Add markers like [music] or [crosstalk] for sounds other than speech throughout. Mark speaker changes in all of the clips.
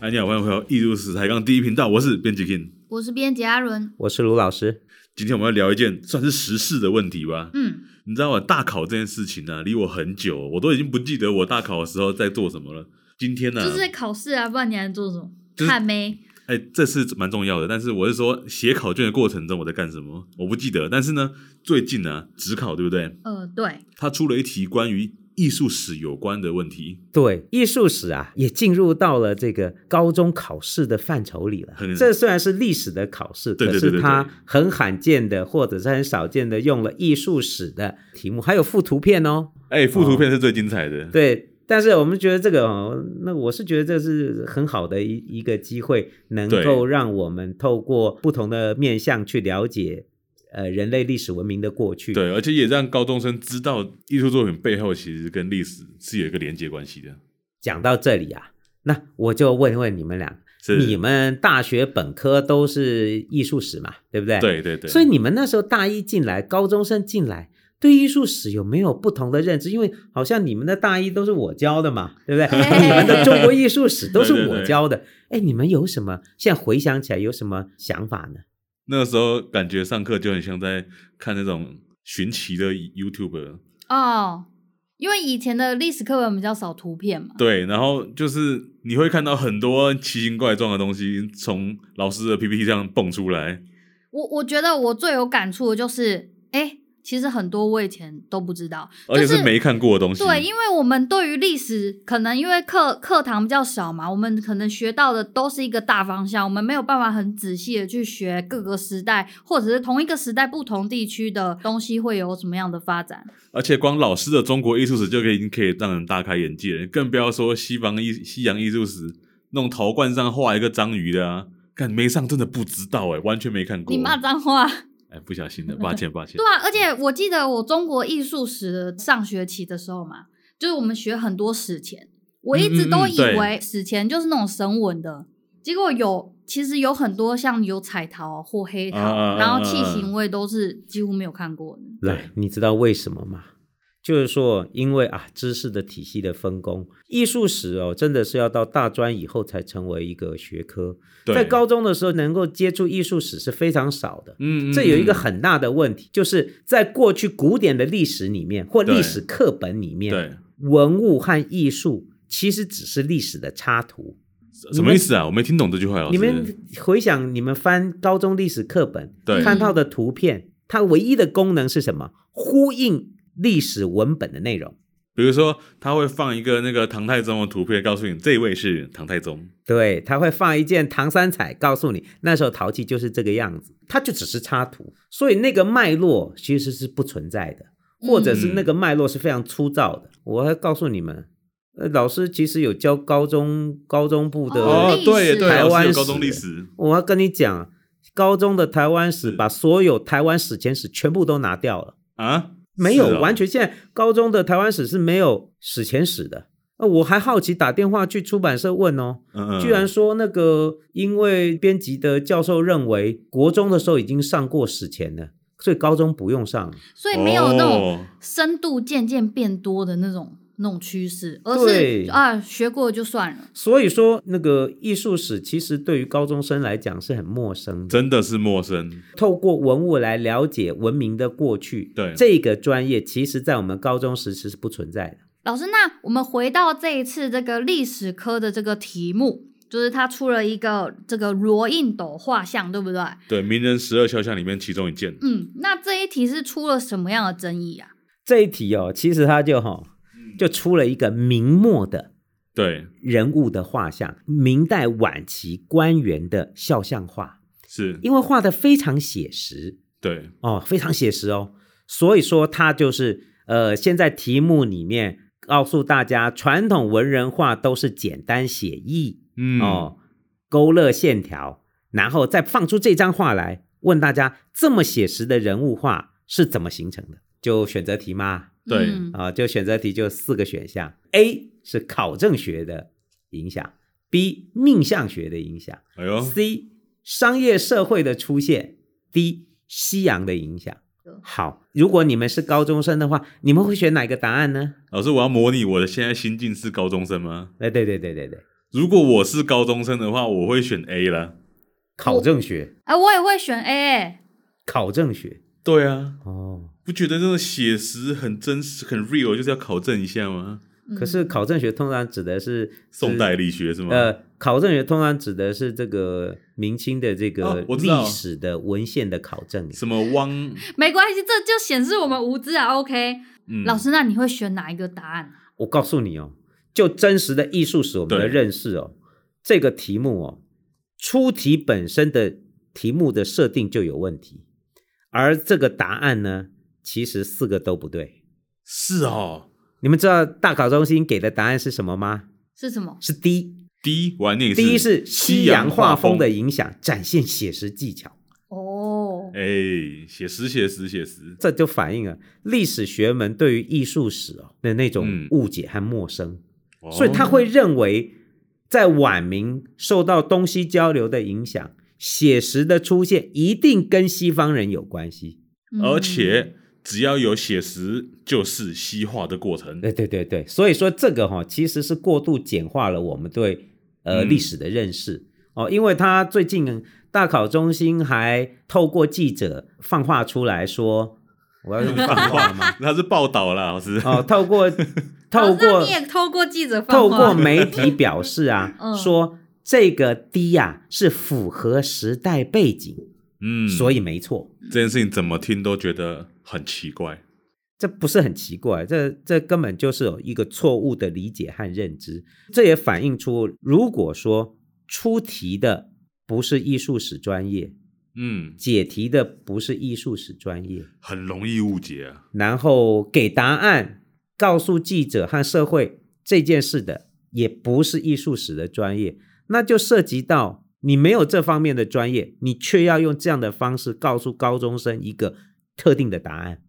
Speaker 1: 嗨，你好，欢迎回到《艺术史抬杠》第一频道，我是编辑 King。
Speaker 2: 我是编辑阿伦。
Speaker 3: 我是卢老师。
Speaker 1: 今天我们要聊一件算是时事的问题吧。
Speaker 2: 嗯，
Speaker 1: 你知道吗？大考这件事情呢、啊，离我很久，我都已经不记得我大考的时候在做什么了。今天呢、
Speaker 2: 就是在考试啊，不然你还做什么？
Speaker 1: 嗯就是
Speaker 2: 看妹，
Speaker 1: 哎，这是蛮重要的，但是我是说写考卷的过程中我在干什么，我不记得。但是呢，最近呢、啊，职考对不对？
Speaker 2: 呃，对，
Speaker 1: 它出了一题关于艺术史有关的问题，
Speaker 3: 对，艺术史啊，也进入到了这个高中考试的范畴里了
Speaker 1: 很。
Speaker 3: 这虽然是历史的考试，
Speaker 1: 嗯对对
Speaker 3: 可
Speaker 1: 对对
Speaker 3: 是
Speaker 1: 对
Speaker 3: 它很罕见的，或者是很少见的，用了艺术史的题目，还有附图片哦。
Speaker 1: 哎，附图片是最精彩
Speaker 2: 哦
Speaker 1: 的。
Speaker 3: 对，但是我们觉得这个哦，那我是觉得这是很好的一一个机会，能
Speaker 1: 对
Speaker 3: 够让我们透过不同的面向去了解呃人类历史文明的过去。
Speaker 1: 对，而且也让高中生知道艺术作品背后其实跟历史是有一个连接关系的。
Speaker 3: 讲到这里啊，那我就问问你们俩，
Speaker 1: 是
Speaker 3: 你们大学本科都是艺术史嘛，对不对？。
Speaker 1: 对对对，
Speaker 3: 哎所以你们那时候大一进来，高中生进来，对艺术史有没有不同的认知？因为好像你们的大一都是我教的嘛，对不
Speaker 1: [laughs]
Speaker 2: 嘿
Speaker 3: 对？你们的中国艺术史都
Speaker 1: 对
Speaker 3: 是
Speaker 1: 对对
Speaker 3: 我教的。哎，你们有什么？现在回想起来有什么想法呢？
Speaker 1: 那个时候感觉上课就很像在看那种寻奇的
Speaker 3: 嗯
Speaker 1: YouTube，
Speaker 2: 哦，因为以前的历史课文比较少图片嘛，
Speaker 1: 对，然后就是你会看到很多奇形怪状的东西从老师的 PPT 上蹦出来，
Speaker 2: 我我觉得我最有感触的就是，哎，其实很多我以前都不知道，
Speaker 1: 而且
Speaker 2: 就是
Speaker 1: 没看过的东西。
Speaker 2: 对，因为我们对于历史，可能因为课课堂比较少嘛，我们可能学到的都是一个大方向，我们没有办法很仔细的去学各个时代，或者是同一个时代不同地区的东西会有什么样的发展。
Speaker 1: 而且光老师的中国艺术史就可以已经可以让人大开眼界了，更不要说西方艺西洋艺术史那种陶罐上画一个章鱼的啊，看没上真的不知道哎、完全没看过。
Speaker 2: 你骂脏话，
Speaker 1: 哎，不小心的，抱歉抱歉
Speaker 2: 对。啊，而且我记得我中国艺术史上学期的时候嘛，就是我们学很多史前，我一直
Speaker 1: 嗯嗯
Speaker 2: 都
Speaker 1: 嗯
Speaker 2: 以
Speaker 1: 对
Speaker 2: 为史前就是那种神文的，结果有其实有很多像有彩陶或黑陶，
Speaker 1: 啊啊啊啊
Speaker 2: 然后器型我也都是几乎没有看过的。
Speaker 3: 来，你知道为什么吗？就是说，因为啊，知识的体系的分工，艺术史哦，真的是要到大专以后才成为一个学科。
Speaker 1: 对
Speaker 3: 在高中的时候，能够接触艺术史是非常少的。
Speaker 1: 嗯，嗯
Speaker 3: 这有一
Speaker 1: 嗯
Speaker 3: 个很大的问题，就是在过去古典的历史里面或
Speaker 1: 对
Speaker 3: 历史课本里面，
Speaker 1: 对
Speaker 3: 文物和艺术其实只是历史的插图。
Speaker 1: 什么意思啊？我没听懂这句话，老师。
Speaker 3: 你们回想，你们翻高中历史课本
Speaker 1: 对
Speaker 3: 看到的图片，它唯一的功能是什么？呼应历史文本的内容。
Speaker 1: 比如说，他会放一个那个唐太宗的图片，告诉你这位是唐太宗。
Speaker 3: 对，他会放一件唐三彩，告诉你那时候陶器就是这个样子，它就只是插图，所以那个脉络其实是不存在的，或者
Speaker 2: 嗯
Speaker 3: 是那
Speaker 1: 嗯
Speaker 3: 个脉络是非常粗糙的。我还告诉你们，呃，老师其实有教高中高中部的，
Speaker 2: 哦历史
Speaker 1: 对对，
Speaker 3: 台
Speaker 1: 老师
Speaker 3: 湾
Speaker 1: 有
Speaker 3: 史
Speaker 1: 高中历史，
Speaker 3: 我要跟你讲，高中的台湾
Speaker 1: 嗯
Speaker 3: 史把所有台湾史前史全部都拿掉了。
Speaker 1: 啊，
Speaker 3: 没有
Speaker 1: 是，哦
Speaker 3: 完全现在高中的台湾史是没有史前史的。呃，我还好奇打电话去出版社问哦，
Speaker 1: 嗯嗯
Speaker 3: 居然说那个因为编辑的教授认为国中的时候已经上过史前了，所以高中不用上了。
Speaker 2: 所以没有那种
Speaker 1: 哦
Speaker 2: 深度渐渐变多的那种那种趋势，而
Speaker 3: 对
Speaker 2: 是啊学过就算了。
Speaker 3: 所以说那个艺术史其实对于高中生来讲是很陌生的。
Speaker 1: 真的是陌生。
Speaker 3: 透过文物来了解文明的过去，
Speaker 1: 对
Speaker 3: 这个专业，其实在我们高中时期是不存在的。
Speaker 2: 老师，那我们回到这一次这个历史科的这个题目，就是他出了一个这个罗印斗画像，对不对？
Speaker 1: 对，名人十二肖像里面其中一件，
Speaker 2: 嗯，那这一题是出了什么样的争议啊？
Speaker 3: 这一题哦，其实它就哈、
Speaker 1: 嗯
Speaker 3: 就出了一个明末的
Speaker 1: 对，
Speaker 3: 人物的画像，明代晚期官员的肖像画，
Speaker 1: 是，
Speaker 3: 因为画的非常写实
Speaker 1: 对，
Speaker 3: 哦，非常写实哦，所以说它就是呃，现在题目里面告诉大家，传统文人画都是简单写意、
Speaker 1: 嗯，
Speaker 3: 哦，勾勒线条，然后再放出这张画来，问大家这么写实的人物画是怎么形成的？就选择题嘛，
Speaker 1: 对
Speaker 2: 嗯
Speaker 3: 啊、就选择题就四个选项：A 是考证学的影响，B 命相学的影响、
Speaker 1: 哎呦，
Speaker 3: c 商业社会的出现，D 西洋的影响。好，如果你们是高中生的话，你们会选哪个答案呢？
Speaker 1: 老师，我要模拟我的现在心境是高中生吗？
Speaker 3: 哎，对对对对对，
Speaker 1: 如果我是高中生的话，我会选 A 啦。
Speaker 3: 考证学，
Speaker 2: 哎、我也会选 A，、欸、
Speaker 3: 考证学
Speaker 1: 对啊，
Speaker 3: 哦。
Speaker 1: 不觉得这种写实很真实、很 real，就是要考证一下吗？
Speaker 2: 嗯
Speaker 3: 可是考证学通常指的是
Speaker 1: 宋代力学是吗？
Speaker 3: 呃，考证学通常指的是这个明清的这个
Speaker 1: 哦我知道
Speaker 3: 历史的文献的考证。
Speaker 1: 什么汪？
Speaker 2: 没关系，这就显示我们无知啊。OK，、
Speaker 1: 嗯，
Speaker 2: 老师，那你会选哪一个答案？啊
Speaker 3: 我告诉你哦，就真实的艺术史我们的
Speaker 1: 对
Speaker 3: 认识哦，这个题目哦，出题本身的题目的设定就有问题，而这个答案呢，其实四个都不对。
Speaker 1: 是哦
Speaker 3: 你们知道大考中心给的答案是什么吗？
Speaker 2: 是什么？
Speaker 3: 是 D。
Speaker 1: ，D 我来念一次。
Speaker 3: 第一是西洋画
Speaker 1: 画
Speaker 3: 风的，影响，展现写实技巧，
Speaker 2: 哦，
Speaker 1: 哎，写实写实写实，
Speaker 3: 这就反映了历史学门对于艺术史哦的那种
Speaker 1: 嗯
Speaker 3: 误解和陌生，
Speaker 1: 哦
Speaker 3: 所以他会认为，在晚明受到东西交流的影响，写实的出现一定跟西方人有关系。
Speaker 2: 嗯
Speaker 1: 而且只要有写实，就是西化的过程。 [laughs]
Speaker 3: 对对对对，所以说这个哈、其实是过度简化了我们对呃、
Speaker 1: 嗯
Speaker 3: 历史的认识哦，因为他最近大考中心还透过记者放话出来说，我要用放 [laughs] 话吗？
Speaker 1: 他是报道啦，老师。
Speaker 3: 哦，透过透
Speaker 2: 老师
Speaker 3: 过
Speaker 2: 你也透过记者放
Speaker 3: 透
Speaker 2: 话
Speaker 3: 过媒体表示
Speaker 2: [laughs]
Speaker 3: 啊，
Speaker 2: 嗯
Speaker 3: 说这个低呀、是符合时代背景，
Speaker 1: 嗯，
Speaker 3: 所以没错。
Speaker 1: 这件事情怎么听都觉得很奇怪。
Speaker 3: 这不是很奇怪，这这根本就是有一个错误的理解和认知。这也反映出，如果说出题的不是艺术史专业，
Speaker 1: 嗯，
Speaker 3: 解题的不是艺术史专业，
Speaker 1: 很容易误解啊。
Speaker 3: 然后给答案、告诉记者和社会这件事的，也不是艺术史的专业，那就涉及到你没有这方面的专业，你却要用这样的方式告诉高中生一个特定的答案。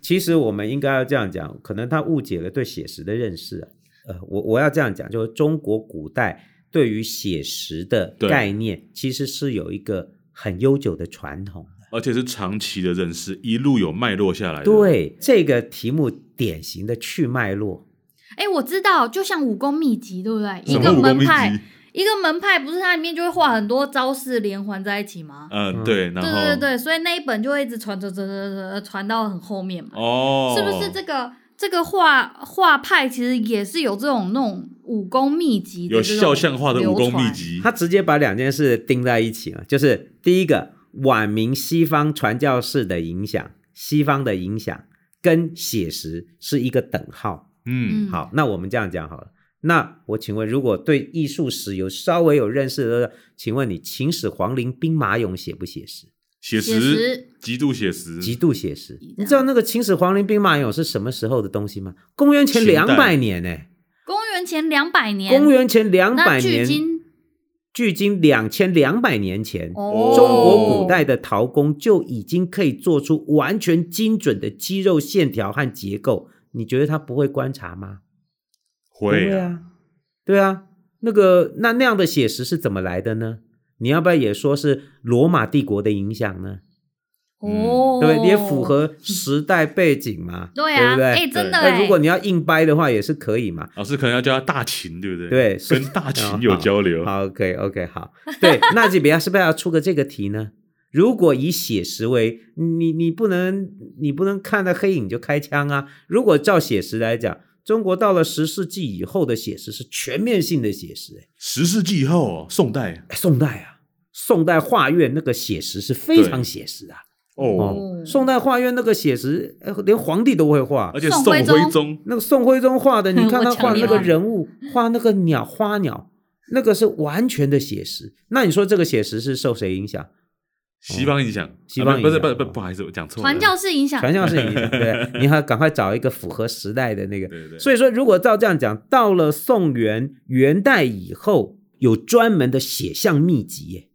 Speaker 3: 其实我们应该要这样讲，可能他误解了对写实的认识啊。呃，我我要这样讲，就是中国古代对于写实的
Speaker 1: 对
Speaker 3: 概念，其实是有一个很悠久的传统。
Speaker 1: 而且是长期的认识，一路有脉络下来的。，
Speaker 3: 对这个题目典型的去脉络，
Speaker 2: 哎、我知道，就像武功秘籍，对不对？一
Speaker 1: 什么
Speaker 2: 个
Speaker 1: 武功
Speaker 2: 门
Speaker 1: 秘
Speaker 2: 派
Speaker 1: 籍，？
Speaker 2: 一个门派不是它里面就会画很多招式连环在一起吗？
Speaker 1: 嗯，
Speaker 3: 嗯
Speaker 1: 对，然
Speaker 2: 对
Speaker 1: 后
Speaker 2: 对对对，所以那一本就会一直传传传传传传传到很后面嘛，
Speaker 1: 哦，
Speaker 2: 是不是？这个这个画画派其实也是有这种那种武功秘籍的
Speaker 1: 有
Speaker 2: 这种
Speaker 1: 肖像画的武功秘
Speaker 2: 流传。
Speaker 1: 籍？
Speaker 3: 他直接把两件事钉在一起了，啊就是第一个晚明西方传教士的影响，西方的影响跟写实是一个等号。
Speaker 1: 嗯，
Speaker 2: 嗯
Speaker 3: 好，那我们这样讲好了。那我请问，如果对艺术史有稍微有认识的，请问你秦始皇陵兵马俑写不写实？
Speaker 1: 写
Speaker 2: 写实
Speaker 1: 实，极度写实，
Speaker 3: 极度写实。
Speaker 2: 样
Speaker 3: 你知道那个秦始皇陵兵马俑是什么时候的东西吗？公元前
Speaker 1: 秦代
Speaker 3: 两百年呢、
Speaker 2: 公元前两百年，
Speaker 3: 公元前两
Speaker 2: 那
Speaker 3: 百
Speaker 2: 距
Speaker 3: 年，
Speaker 2: 今
Speaker 3: 距今两千两百年前，
Speaker 2: 哦，
Speaker 1: 中
Speaker 3: 中国古代的陶工就已经可以做出完全精准的肌肉线条和结构。你觉得他不会观察吗？
Speaker 1: 会
Speaker 3: 不
Speaker 1: 啊，
Speaker 3: 啊，对啊。那个那那样的写实是怎么来的呢？你要不要也说是罗马帝国的影响呢？
Speaker 2: 哦，
Speaker 3: 嗯对不对，也符合时代背景嘛，
Speaker 2: 对啊，
Speaker 3: 不对？
Speaker 2: 哎，真的
Speaker 3: 那
Speaker 2: 哎，
Speaker 3: 如果你要硬掰的话，也是可以嘛。
Speaker 1: 老师可能要叫他大秦，对不对？
Speaker 3: 对是啊
Speaker 1: 跟大秦有交流。
Speaker 3: 好，OK OK，好，对，那就比较是不是要出个这个题呢？如果以写实为，你你不能你不能看到黑影就开枪啊！如果照写实来讲，中国到了十世纪以后的写实是全面性的写实、哎
Speaker 1: 十世纪以后，宋代
Speaker 3: 哎，宋代啊，宋代画院那个写实是非常写实啊！
Speaker 1: 哦，
Speaker 2: 哦
Speaker 3: 宋代画院那个写实，哎连皇帝都会画
Speaker 1: 而，且
Speaker 2: 宋
Speaker 1: 宋
Speaker 2: 徽宗
Speaker 1: 徽宗
Speaker 3: 那个宋徽宗
Speaker 2: [laughs]
Speaker 3: 画的，你看
Speaker 2: 我
Speaker 3: 他
Speaker 2: 抢
Speaker 3: 画
Speaker 2: 你
Speaker 3: 那个
Speaker 2: 画
Speaker 3: 人物，画那个鸟花鸟，那个是完全的写实。那你说这个写实是受谁影响？
Speaker 1: 西方影响，
Speaker 3: 西方
Speaker 1: 啊不是
Speaker 3: 影
Speaker 1: 不
Speaker 3: 响
Speaker 1: 是不
Speaker 3: 哦
Speaker 1: 不好意思，我讲错了。
Speaker 2: 传教士影响，
Speaker 3: 传教士影响，对，
Speaker 2: [laughs]
Speaker 3: 你还赶快找一个符合时代的那个。
Speaker 1: 对对对，
Speaker 3: 所以说，如果照这样讲，到了宋元元代以后，有专门的写像秘籍耶，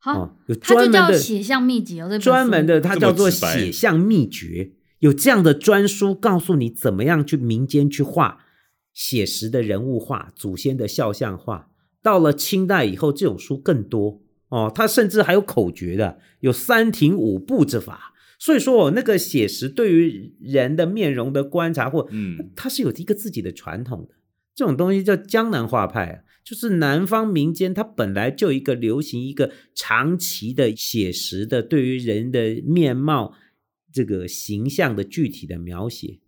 Speaker 2: 好，
Speaker 3: 哦，有
Speaker 2: 它就
Speaker 3: 专门
Speaker 2: 叫
Speaker 3: 的
Speaker 2: 写像秘籍哦，这本书
Speaker 3: 专门的，它
Speaker 1: 这么
Speaker 3: 叫做
Speaker 1: 直白
Speaker 3: 写像秘诀，有这样的专书，告诉你怎么样去民间去画写实的人物画、祖先的肖像画。到了清代以后，这种书更多哦，它甚至还有口诀的，有三庭五步之法。所以说，哦，那个写实对于人的面容的观察或
Speaker 1: 嗯，
Speaker 3: 它是有一个自己的传统的。这种东西叫江南画派啊，就是南方民间它本来就一个流行一个长期的写实的对于人的面貌这个形象的具体的描写，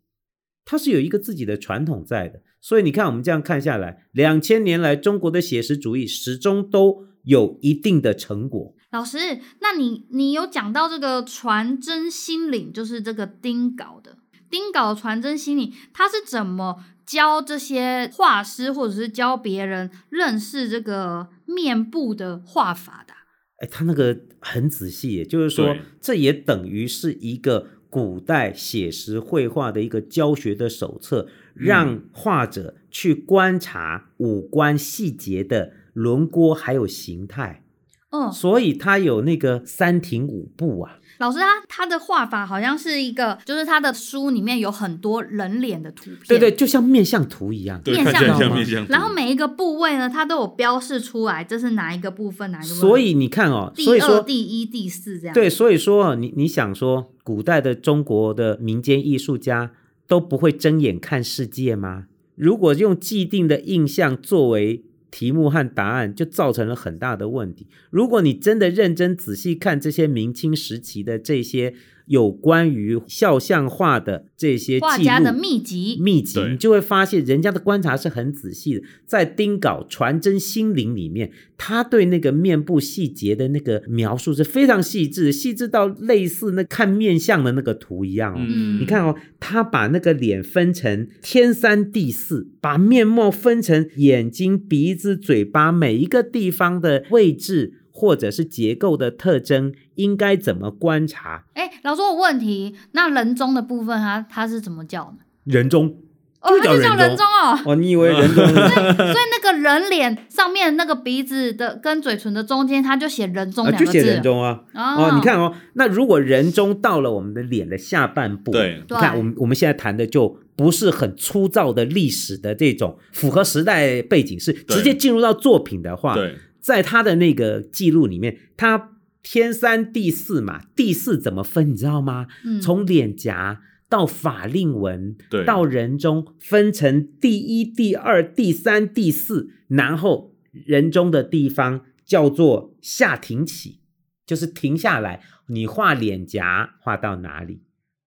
Speaker 3: 它是有一个自己的传统在的。所以你看，我们这样看下来，两千年来中国的写实主义始终都有一定的成果。
Speaker 2: 老师，那你你有讲到这个传真心领，就是这个丁稿的丁稿传真心领，他是怎么教这些画师或者是教别人认识这个面部的画法的啊？
Speaker 3: 哎，他那个很仔细耶，就是说
Speaker 1: 对，
Speaker 3: 这也等于是一个古代写实绘画的一个教学的手
Speaker 1: 嗯
Speaker 3: 册，让画者去观察五官细节的轮廓还有形态，
Speaker 2: 嗯，
Speaker 3: 所以他有那个三庭五步啊。
Speaker 2: 老师他他的画法好像是一个，就是他的书里面有很多人脸的图片，
Speaker 3: 对对，就像面相图一样。
Speaker 1: 对，
Speaker 2: 面
Speaker 1: 看起
Speaker 2: 相
Speaker 1: 来
Speaker 2: 图
Speaker 1: 像
Speaker 3: 吗
Speaker 1: 面相图。
Speaker 2: 然后每一个部位呢，它都有标示出来，这是哪一个部分，哪一个部分。
Speaker 3: 所以你看哦，所
Speaker 2: 啊第
Speaker 3: 以
Speaker 2: 二、
Speaker 3: 说
Speaker 2: 第一、第四这样。
Speaker 3: 对，，所以说你你想说，古代的中国的民间艺术家都不会睁眼看世界吗？如果用既定的印象作为题目和答案，就造成了很大的问题。如果你真的认真仔细看这些明清时期的这些有关于肖像画的这些
Speaker 2: 画
Speaker 3: 记
Speaker 2: 家的
Speaker 3: 录。
Speaker 2: 秘籍。
Speaker 3: 秘籍，
Speaker 1: 对
Speaker 3: 你就会发现人家的观察是很仔细的，在丁稿《传真心灵》里面，他对那个面部细节的那个描述是非常细致，细致到类似那看面相的那个图一样哦。
Speaker 2: 嗯
Speaker 1: 嗯，
Speaker 3: 你看哦，他把那个脸分成天三地四，把面貌分成眼睛、鼻子、嘴巴每一个地方的位置或者是结构的特征，应该怎么观察？
Speaker 2: 哎、老师，我有问题，那人中的部分它它是怎么叫呢？
Speaker 3: 人中
Speaker 2: 哦，
Speaker 3: 就
Speaker 2: 它是
Speaker 3: 叫
Speaker 2: 叫
Speaker 3: 人
Speaker 2: 人中
Speaker 3: [laughs]
Speaker 2: 哦。
Speaker 3: 哦，你以为
Speaker 2: [laughs]
Speaker 3: 人中是？
Speaker 2: 所以那个人脸上面那个鼻子的跟嘴唇的中间，它就写人中
Speaker 3: 啊，
Speaker 2: 两
Speaker 3: 就
Speaker 2: 个字。
Speaker 3: 写人中啊。
Speaker 2: 哦
Speaker 3: 哦，你，看哦，那如果人中到了我们的脸的下半部，
Speaker 1: 对
Speaker 3: 你看
Speaker 2: 对
Speaker 3: 我们我们现在谈的就不是很粗糙的历史的这种符合时代背景，是直接进入到作品的话，
Speaker 1: 对，
Speaker 3: 在他的那个记录里面，他天三地四嘛，地四怎么分你知道吗？
Speaker 2: 嗯
Speaker 3: 从脸颊到法令纹，
Speaker 1: 对
Speaker 3: 到人中分成第一、第二、第三、第四，然后人中的地方叫做下停起，就是停下来，你画脸颊画到哪里，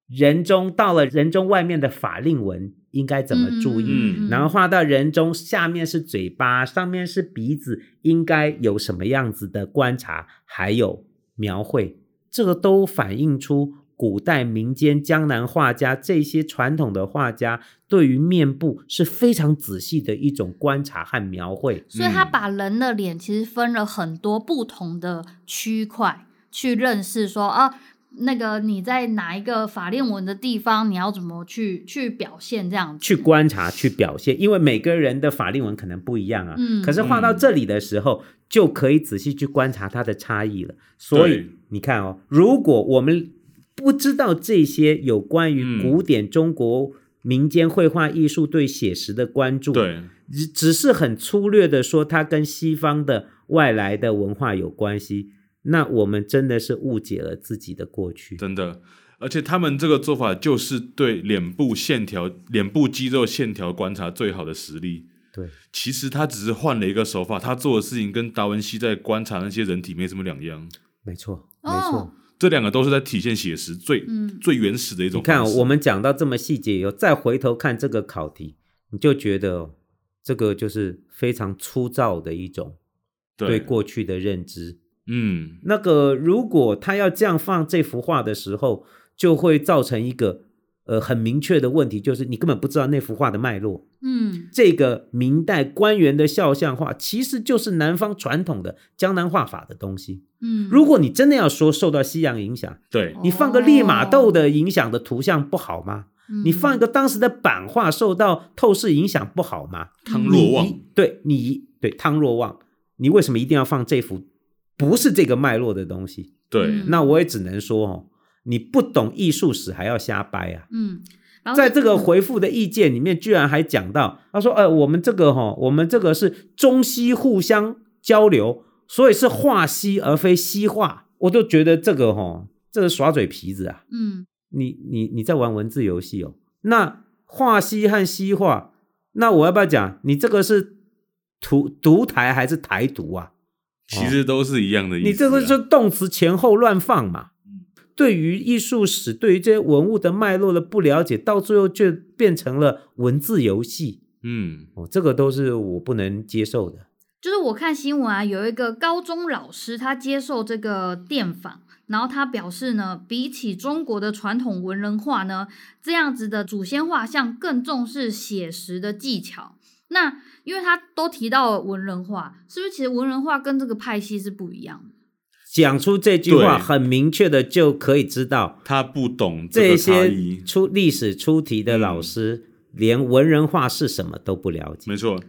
Speaker 3: 人中到了人中外面的法令纹应该怎么注意？
Speaker 1: 嗯
Speaker 3: 然后画到人中，下面是嘴巴，上面是鼻子，应该有什么样子的观察，还有描绘，这个都反映出古代民间江南画家这些传统的画家对于面部是非常仔细的一种观察和描绘。
Speaker 2: 所以他
Speaker 1: 嗯
Speaker 2: 把人的脸其实分了很多不同的区块去认识说，啊，那个你在哪一个法令纹的地方，你要怎么去去表现这样子
Speaker 3: 去观察、去表现，因为每个人的法令纹可能不一样啊。
Speaker 2: 嗯
Speaker 3: 可是画到这里的时候，就可以仔细去观察它的差异了。所以
Speaker 1: 对
Speaker 3: 你看哦，如果我们不知道这些有关于
Speaker 1: 嗯
Speaker 3: 古典中国民间绘画艺术对写实的关注，，
Speaker 1: 对，
Speaker 3: 只只是很粗略的说它跟西方的外来的文化有关系，那我们真的是误解了自己的过去。
Speaker 1: 真的。而且他们这个做法就是对脸部线条、脸部肌肉线条观察最好的实例。
Speaker 3: 对，
Speaker 1: 其实他只是换了一个手法，他做的事情跟达文西在观察那些人体没什么两样。
Speaker 3: 没错，没
Speaker 2: 哦
Speaker 3: 错。
Speaker 1: 这两个都是在体现写实最、
Speaker 2: 嗯
Speaker 1: 最原始的一种
Speaker 3: 你看
Speaker 1: 方
Speaker 3: 哦、
Speaker 1: 式。
Speaker 3: 我们讲到这么细节以后，再回头看这个考题，你就觉得哦这个就是非常粗糙的一种对
Speaker 1: 对，
Speaker 3: 过去的认知。
Speaker 1: 嗯，
Speaker 3: 那个如果他要这样放这幅画的时候，就会造成一个呃很明确的问题，就是你根本不知道那幅画的脉络。
Speaker 2: 嗯
Speaker 3: 这个明代官员的肖像画其实就是南方传统的江南画法的东西。
Speaker 2: 嗯，
Speaker 3: 如果你真的要说受到西洋影响，
Speaker 1: 对，
Speaker 2: 哦
Speaker 3: 你放个利玛窦的影响的图像不好吗？
Speaker 2: 嗯
Speaker 3: 你放一个当时的版画受到透视影响不好吗？
Speaker 2: 嗯
Speaker 1: 康
Speaker 3: 你
Speaker 1: 若望
Speaker 3: 一，对你一对汤若望，你为什么一定要放这幅不是这个脉络的东西？
Speaker 1: 对
Speaker 2: 嗯，
Speaker 3: 那我也只能说哦，你不懂艺术史还要瞎掰啊！
Speaker 2: 嗯，然后
Speaker 3: 在这个回复的意见里面，居然还讲到，他说：“呃，我们这个哈、我们这个是中西互相交流，所以是画西而非西画。”我就觉得这个哈、这是耍嘴皮子啊！
Speaker 2: 嗯
Speaker 3: 你你你在玩文字游戏哦。那画西和西画，那我要不要讲？你这个是独独台还是台独啊？
Speaker 1: 其实都是一样的意思、啊。
Speaker 3: 你这个是动词前后乱放嘛？对于艺术史，对于这些文物的脉络的不了解，到最后就变成了文字游戏。
Speaker 1: 嗯，
Speaker 3: 哦，这个都是我不能接受的。
Speaker 2: 就是我看新闻啊，有一个高中老师，他接受这个电访，然后他表示呢，比起中国的传统文人画呢，这样子的祖先画像更重视写实的技巧。那因为他都提到文人画，是不是其实文人画跟这个派系是不一样的？
Speaker 3: 讲出这句话，
Speaker 1: 对
Speaker 3: 很明确的就可以知道，
Speaker 1: 他不懂
Speaker 3: 这
Speaker 1: 个差
Speaker 3: 些
Speaker 1: 异，嗯
Speaker 3: 出历史出题的老师，连文人画是什么都不了解。
Speaker 1: 没错。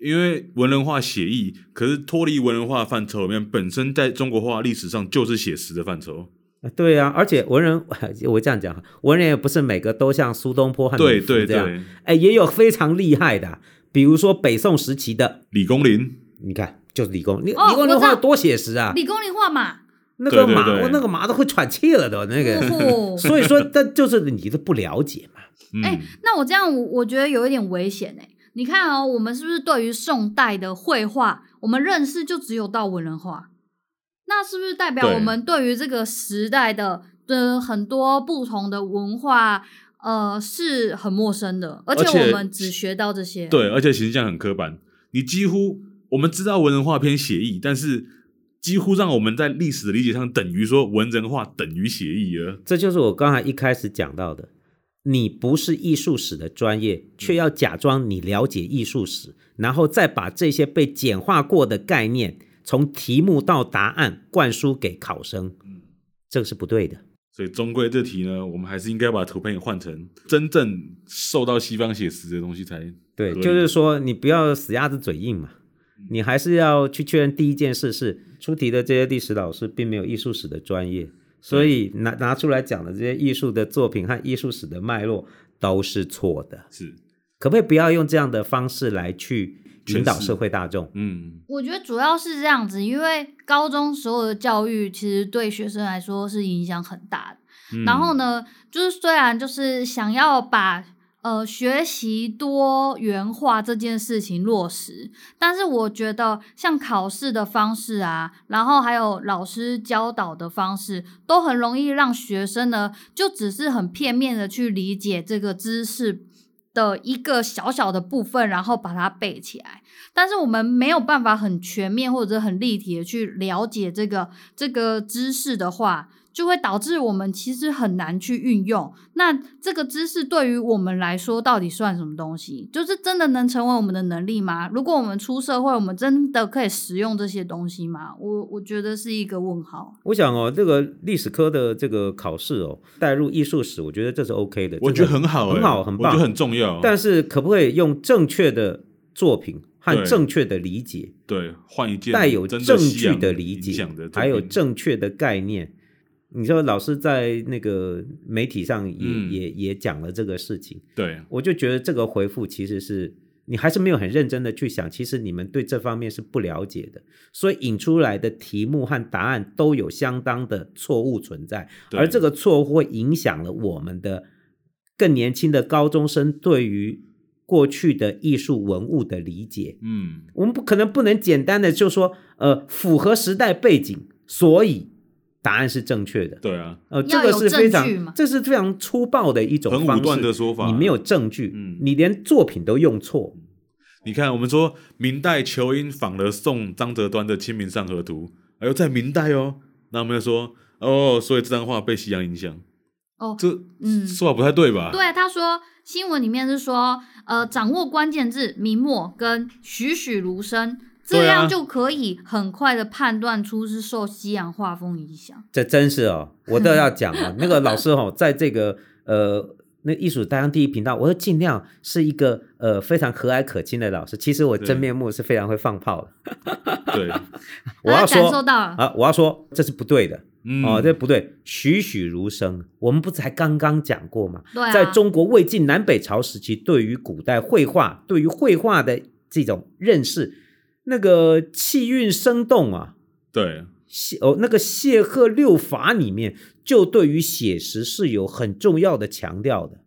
Speaker 1: 因为文人画写意，可是脱离文人画范畴里面，本身在中国画历史上就是写实的范畴。
Speaker 3: 啊对啊，而且文人， [laughs] 我这样讲哈，啊文人也不是每个都像苏东坡和
Speaker 1: 对
Speaker 3: 米芾
Speaker 1: 对
Speaker 3: 这样，
Speaker 1: 对，
Speaker 3: 哎，也有非常厉害的，啊比如说北宋时期的，
Speaker 1: 李公麟，
Speaker 3: 你看就是李公，你
Speaker 2: 哦
Speaker 3: 李公
Speaker 2: 我
Speaker 3: 的
Speaker 2: 知道
Speaker 3: 画有多写实啊，
Speaker 2: 李公麟画马，
Speaker 3: 那个
Speaker 1: 对对
Speaker 3: 马，
Speaker 1: 对
Speaker 3: 我那个马都会喘气了都那
Speaker 2: [laughs]
Speaker 3: 个，
Speaker 2: 哦
Speaker 3: 所以说这就是你的不了解嘛。
Speaker 1: 嗯，
Speaker 2: 哎、那我这样我我觉得有一点危险哎、你看哦，我们是不是对于宋代的绘画，我们认识就只有到文人画？那是不是代表
Speaker 1: 对
Speaker 2: 我们对于这个时代的的很多不同的文化，呃，是很陌生的？而
Speaker 1: 而且
Speaker 2: 且我们只学到这些。
Speaker 1: 对，而且形象很刻板。你几乎我们知道文人画偏写意，但是几乎让我们在历史的理解上等于说文人画等于写意了。
Speaker 3: 这就是我刚才一开始讲到的，你不是艺术史的专业，却要假装你了解艺术史，然后再把这些被简化过的概念，从题目到答案灌输给考生，这个是不对的。
Speaker 1: 所以终归这题呢，我们还是应该把图片换成真正受到西方写实的东西才
Speaker 3: 对，
Speaker 1: 合理嗯
Speaker 3: 就是说你不要死鸭子嘴硬嘛，你还是要去确认第一件事是出题的这些历史老师并没有艺术史的专业，所以拿拿出来讲的这些艺术的作品和艺术史的脉络都是错的。
Speaker 1: 是。
Speaker 3: 可不可以不要用这样的方式来去引导
Speaker 1: 诠释
Speaker 3: 社会大众？
Speaker 1: 嗯，
Speaker 2: 我觉得主要是这样子，因为高中所有的教育其实对学生来说是影响很大的。
Speaker 1: 嗯
Speaker 2: 然后呢，就是虽然就是想要把呃学习多元化这件事情落实，但是我觉得像考试的方式啊，然后还有老师教导的方式，都很容易让学生呢就只是很片面的去理解这个知识。的一个小小的部分，然后把它背起来，但是我们没有办法很全面或者很立体的去了解这个这个知识的话，就会导致我们其实很难去运用。那这个知识对于我们来说到底算什么东西？就是真的能成为我们的能力吗？如果我们出社会，我们真的可以使用这些东西吗？我我觉得是一个问号。
Speaker 3: 我想哦，这个历史科的这个考试哦，带入艺术史，我觉得这是 OK 的，
Speaker 1: 我觉
Speaker 3: 这
Speaker 1: 得
Speaker 3: 个
Speaker 1: 很好、欸，
Speaker 3: 很好，很棒，
Speaker 1: 我觉得很重要。
Speaker 3: 但是可不可以用正确的作品和
Speaker 1: 对
Speaker 3: 正确的理解？
Speaker 1: 对，换一件
Speaker 3: 带有
Speaker 1: 真
Speaker 3: 证
Speaker 1: 西
Speaker 3: 据
Speaker 1: 洋
Speaker 3: 的理解
Speaker 1: 影响的，作品，
Speaker 3: 还有正确的概念。你知道，老师在那个媒体上也、
Speaker 1: 嗯
Speaker 3: 也也讲了这个事情，
Speaker 1: 对，
Speaker 3: 我就觉得这个回复其实是你还是没有很认真的去想，其实你们对这方面是不了解的，所以引出来的题目和答案都有相当的错误存在，
Speaker 1: 对
Speaker 3: 而这个错误会影响了我们的更年轻的高中生对于过去的艺术文物的理解。
Speaker 1: 嗯，
Speaker 3: 我们不可能不能简单的就说，呃，符合时代背景，所以答案是正确的。
Speaker 1: 对啊，
Speaker 3: 呃，这
Speaker 2: 要
Speaker 3: 个
Speaker 2: 有
Speaker 3: 是非
Speaker 2: 证据嘛
Speaker 3: 常，这是非常粗暴的一种
Speaker 1: 很
Speaker 3: 方
Speaker 1: 武
Speaker 3: 式
Speaker 1: 断的说法。
Speaker 3: 你没有证据，
Speaker 1: 嗯
Speaker 3: 你连作品都用错，
Speaker 1: 你看，我们说明代仇英仿了宋张择端的《清明上河图》，哎呦，在明代哦，那我们就说哦，所以这张画被西洋影响，
Speaker 2: 哦，
Speaker 1: 这
Speaker 2: 嗯
Speaker 1: 说法不太对吧？
Speaker 2: 对，他说新闻里面是说，呃，掌握关键字明末跟栩栩如生，这
Speaker 1: 对啊
Speaker 2: 样就可以很快的判断出是受西洋画风影响。
Speaker 3: 这真是哦，我都要讲哦，那个老师哦，在这个呃。那艺术大纲第一频道，我都尽量是一个呃非常和蔼可亲的老师。其实我
Speaker 1: 对
Speaker 3: 真面目是非常会放炮的。
Speaker 1: 对，
Speaker 2: [laughs] 他
Speaker 3: 我要
Speaker 2: 啊感
Speaker 3: 说
Speaker 2: 受到了，
Speaker 3: 啊，我要说这是不对的。
Speaker 1: 嗯，
Speaker 3: 哦，这不对，栩栩如生。我们不才刚刚讲过吗？
Speaker 2: 对啊，
Speaker 3: 在中国魏晋南北朝时期，对于古代绘画，对于绘画的这种认识，那个气韵生动啊，
Speaker 1: 对，
Speaker 3: 谢哦，那个谢赫六法里面就对于写实是有很重要的强调的。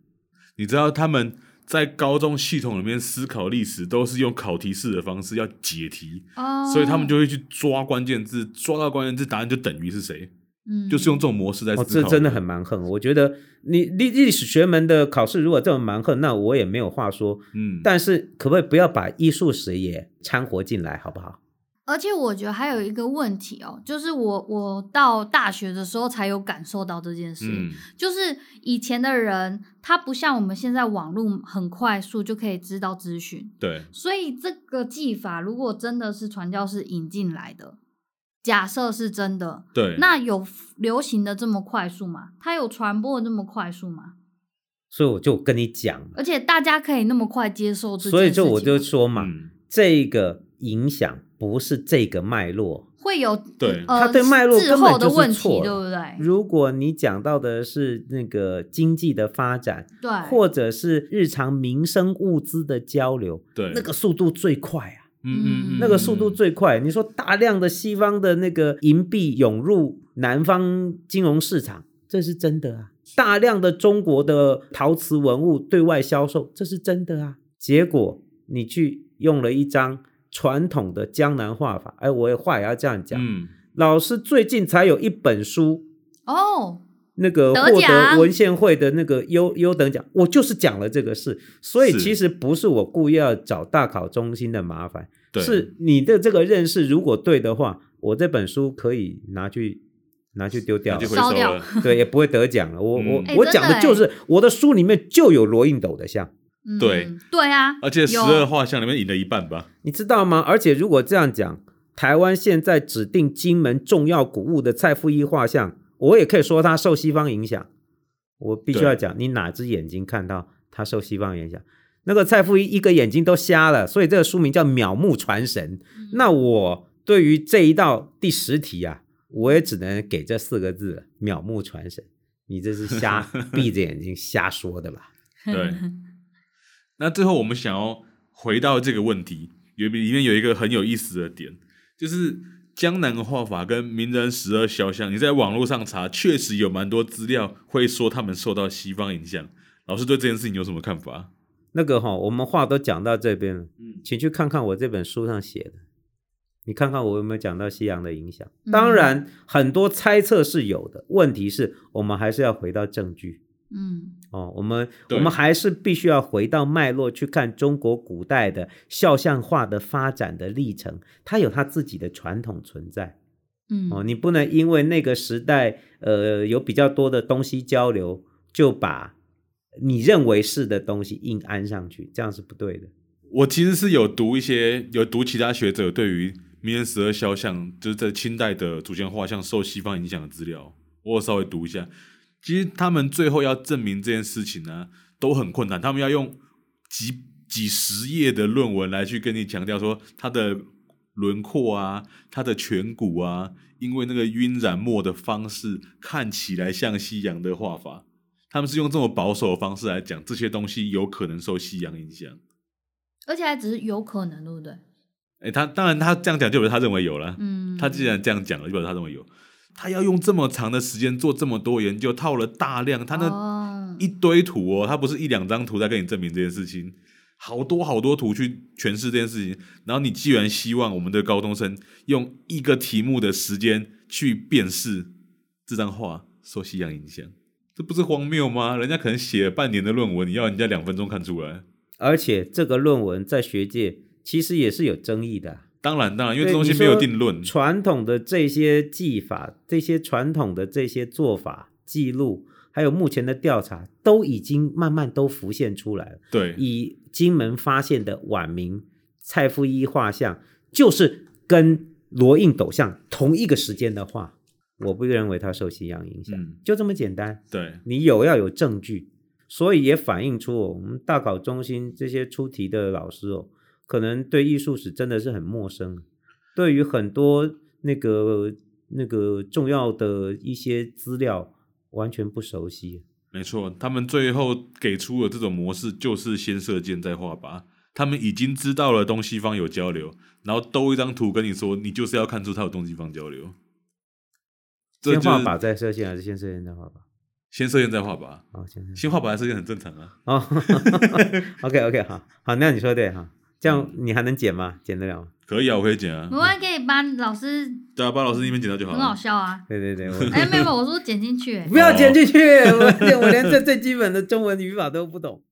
Speaker 1: 你知道他们在高中系统里面思考历史，都是用考题式的方式要解题，
Speaker 2: 哦，
Speaker 1: 所以他们就会去抓关键字，抓到关键字，答案就等于是谁，
Speaker 2: 嗯
Speaker 1: 就是用这种模式在
Speaker 3: 哦，
Speaker 1: 思
Speaker 3: 这
Speaker 1: 考。
Speaker 3: 真的很蛮横。我觉得你历历史学门的考试如果这么蛮横，那我也没有话说。
Speaker 1: 嗯，
Speaker 3: 但是可不可以不要把艺术史也掺和进来，好不好？
Speaker 2: 而且我觉得还有一个问题哦，就是我我到大学的时候才有感受到这件事，
Speaker 1: 嗯
Speaker 2: 就是以前的人他不像我们现在网络很快速就可以知道资讯，
Speaker 1: 对，
Speaker 2: 所以这个技法如果真的是传教士引进来的，假设是真的，
Speaker 1: 对，
Speaker 2: 那有流行的这么快速吗？它有传播的这么快速吗？
Speaker 3: 所以我就跟你讲嘛，
Speaker 2: 而且大家可以那么快接受这件事情吗，
Speaker 3: 所以就我就说嘛，
Speaker 1: 嗯，
Speaker 3: 这个影响不是这个脉络。
Speaker 2: 会有
Speaker 1: 对
Speaker 2: 呃，
Speaker 3: 它对脉络
Speaker 2: 滞
Speaker 3: 根本
Speaker 2: 后的
Speaker 3: 就是
Speaker 2: 问题，
Speaker 3: 错
Speaker 2: 对
Speaker 3: 了
Speaker 2: 不对？
Speaker 3: 如果你讲到的是那个经济的发展，
Speaker 2: 对，
Speaker 3: 或者是日常民生物资的交流，
Speaker 1: 对，
Speaker 3: 那个速度最快啊。
Speaker 1: 嗯，嗯嗯，
Speaker 2: 嗯
Speaker 3: 那个速度最快。你说大量的西方的那个银币涌入南方金融市场，这是真的啊。大量的中国的陶瓷文物对外销售，这是真的啊。结果你去用了一张传统的江南画法，哎，我也话也要这样讲。
Speaker 1: 嗯，
Speaker 3: 老师最近才有一本书，
Speaker 2: 哦，
Speaker 3: 那个
Speaker 2: 得
Speaker 3: 获
Speaker 2: 奖
Speaker 3: 得文献会的那个优优等奖，我就是讲了这个事，所以
Speaker 1: 是
Speaker 3: 其实不是我故意要找大考中心的麻烦，
Speaker 1: 对，
Speaker 3: 是你的这个认识如果对的话，我这本书可以拿去拿去丢掉
Speaker 1: 那就
Speaker 3: 了
Speaker 1: 回，
Speaker 2: 烧
Speaker 1: 收
Speaker 2: 掉
Speaker 1: 了，
Speaker 3: 对，也不会得奖了。我、
Speaker 1: 嗯哎
Speaker 3: 我我
Speaker 2: 真的
Speaker 3: 讲的就是我的书里面就有罗印斗的像，
Speaker 2: 嗯，
Speaker 1: 对
Speaker 2: 对啊，
Speaker 1: 而且十
Speaker 2: 有
Speaker 1: 二画像里面赢了一半
Speaker 2: [laughs]
Speaker 1: 吧，
Speaker 3: 你知道吗？而且如果这样讲，台湾现在指定金门重要古物的蔡富义画像，我也可以说它受西方影响。我必须
Speaker 1: 对
Speaker 3: 要讲，你哪只眼睛看到它受西方影响？那个蔡富义一个眼睛都瞎了，所以这个书名叫《秒目传神》。 [laughs] 那我对于这一道第十题啊，我也只能给这四个字了：秒目传神。你这是瞎闭着眼睛瞎说的吧？
Speaker 1: 对。那最后我们想要回到这个问题，有里面有一个很有意思的点，就是江南画法跟名人十二肖像，你在网络上查，确实有蛮多资料会说他们受到西方影响。老师对这件事情有什么看法？
Speaker 3: 那个哈、我们话都讲到这边了，
Speaker 1: 嗯，
Speaker 3: 请去看看我这本书上写的，你看看我有没有讲到西洋的影响
Speaker 2: 嗯。
Speaker 3: 当然，很多猜测是有的，问题是我们还是要回到证据
Speaker 2: 嗯
Speaker 3: 哦，我们
Speaker 1: 对
Speaker 3: 我们还是必须要回到脉络去看中国古代的肖像画的发展的历程，它有它自己的传统存在。
Speaker 2: 嗯，
Speaker 3: 哦，你不能因为那个时代呃有比较多的东西交流，就把你认为是的东西硬安上去，这样是不对的。
Speaker 1: 我其实是有读一些，有读其他学者对于名人十二肖像，就是在清代的祖先画像受西方影响的资料，我有稍微读一下。其实他们最后要证明这件事情呢、都很困难，他们要用几几十页的论文来去跟你强调说它的轮廓啊，它的颧骨啊，因为那个晕染墨的方式看起来像西洋的画法，他们是用这么保守的方式来讲这些东西有可能受西洋影响。
Speaker 2: 而且还只是有可能，对不对？
Speaker 1: 哎、他当然他这样讲就表示他认为有了。
Speaker 2: 嗯，
Speaker 1: 他既然这样讲了，就表示他认为有。他要用这么长的时间做这么多研究，套了大量，他那
Speaker 2: 哦
Speaker 1: 一堆图哦，他不是一两张图在跟你证明这件事情，好多好多图去诠释这件事情。然后你既然希望我们的高中生用一个题目的时间去辨识这张画受西洋影响，这不是荒谬吗？人家可能写了半年的论文，你要人家两分钟看出来？
Speaker 3: 而且这个论文在学界其实也是有争议的啊、
Speaker 1: 当然，当然，因为这
Speaker 3: 对
Speaker 1: 东西
Speaker 3: 你
Speaker 1: 没有
Speaker 3: 说
Speaker 1: 定论。
Speaker 3: 传统的这些技法、这些传统的这些做法、记录，还有目前的调查，都已经慢慢都浮现出来了。
Speaker 1: 对，
Speaker 3: 以金门发现的晚明蔡夫一画像，就是跟罗印斗像同一个时间的画，我不认为它受西洋影响，
Speaker 1: 嗯，
Speaker 3: 就这么简单。
Speaker 1: 对。
Speaker 3: 你有要有证据，所以也反映出、哦、我们大考中心这些出题的老师哦，可能对艺术史真的是很陌生，对于很多那个那个重要的一些资料完全不熟悉。
Speaker 1: 没错，他们最后给出的这种模式就是先射箭再画靶。他们已经知道了东西方有交流，然后兜一张图跟你说，你就是要看出他有东西方交流。这
Speaker 3: 先
Speaker 1: 就是
Speaker 3: 啊画靶再射线还是先射线再画靶？
Speaker 1: 先射箭再画靶，
Speaker 3: 好，先生
Speaker 1: 先画靶再射箭很正常啊。
Speaker 3: 哦 [laughs] ，OK OK，好好，那你说对哈，这样你还能剪吗？剪得了吗？
Speaker 1: 可以啊，我可以剪啊
Speaker 2: 我。还可以帮老师，
Speaker 1: 对啊，把老师那边剪掉就好
Speaker 2: 嗯很
Speaker 1: 了。
Speaker 2: 好笑啊。
Speaker 3: 对对对，我
Speaker 2: 哎，没有，没有我说剪进去、
Speaker 3: 不要剪进去，我我连这最基本的中文语法都不懂。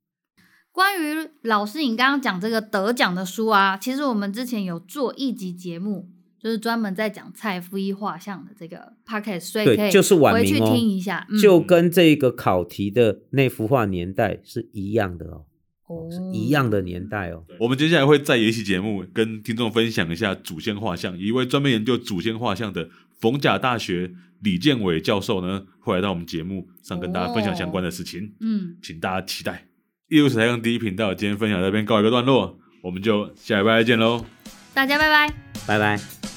Speaker 2: 关于老师你刚刚讲这个得奖的书啊，其实我们之前有做一集节目，就是专门在讲蔡夫一画像的这个 p o c k e t 所以
Speaker 3: 对
Speaker 2: 可以
Speaker 3: 就是晚
Speaker 2: 回去
Speaker 3: 明哦
Speaker 2: 听一下。嗯
Speaker 3: 就跟这个考题的那幅画年代是一样的哦，
Speaker 2: 哦
Speaker 3: 是一样的年代哦。
Speaker 1: 我们接下来会再有一期节目跟听众分享一下祖先画像。一位专门研究祖先画像的逢甲大学李建伟教授呢，会来到我们节目上跟大家分享相关的事情，
Speaker 2: 嗯，
Speaker 1: 请大家期待。艺术史台上第一频道今天分享到这边告一个段落，我们就下礼拜再见喽。
Speaker 2: 大家拜拜。
Speaker 3: 拜拜。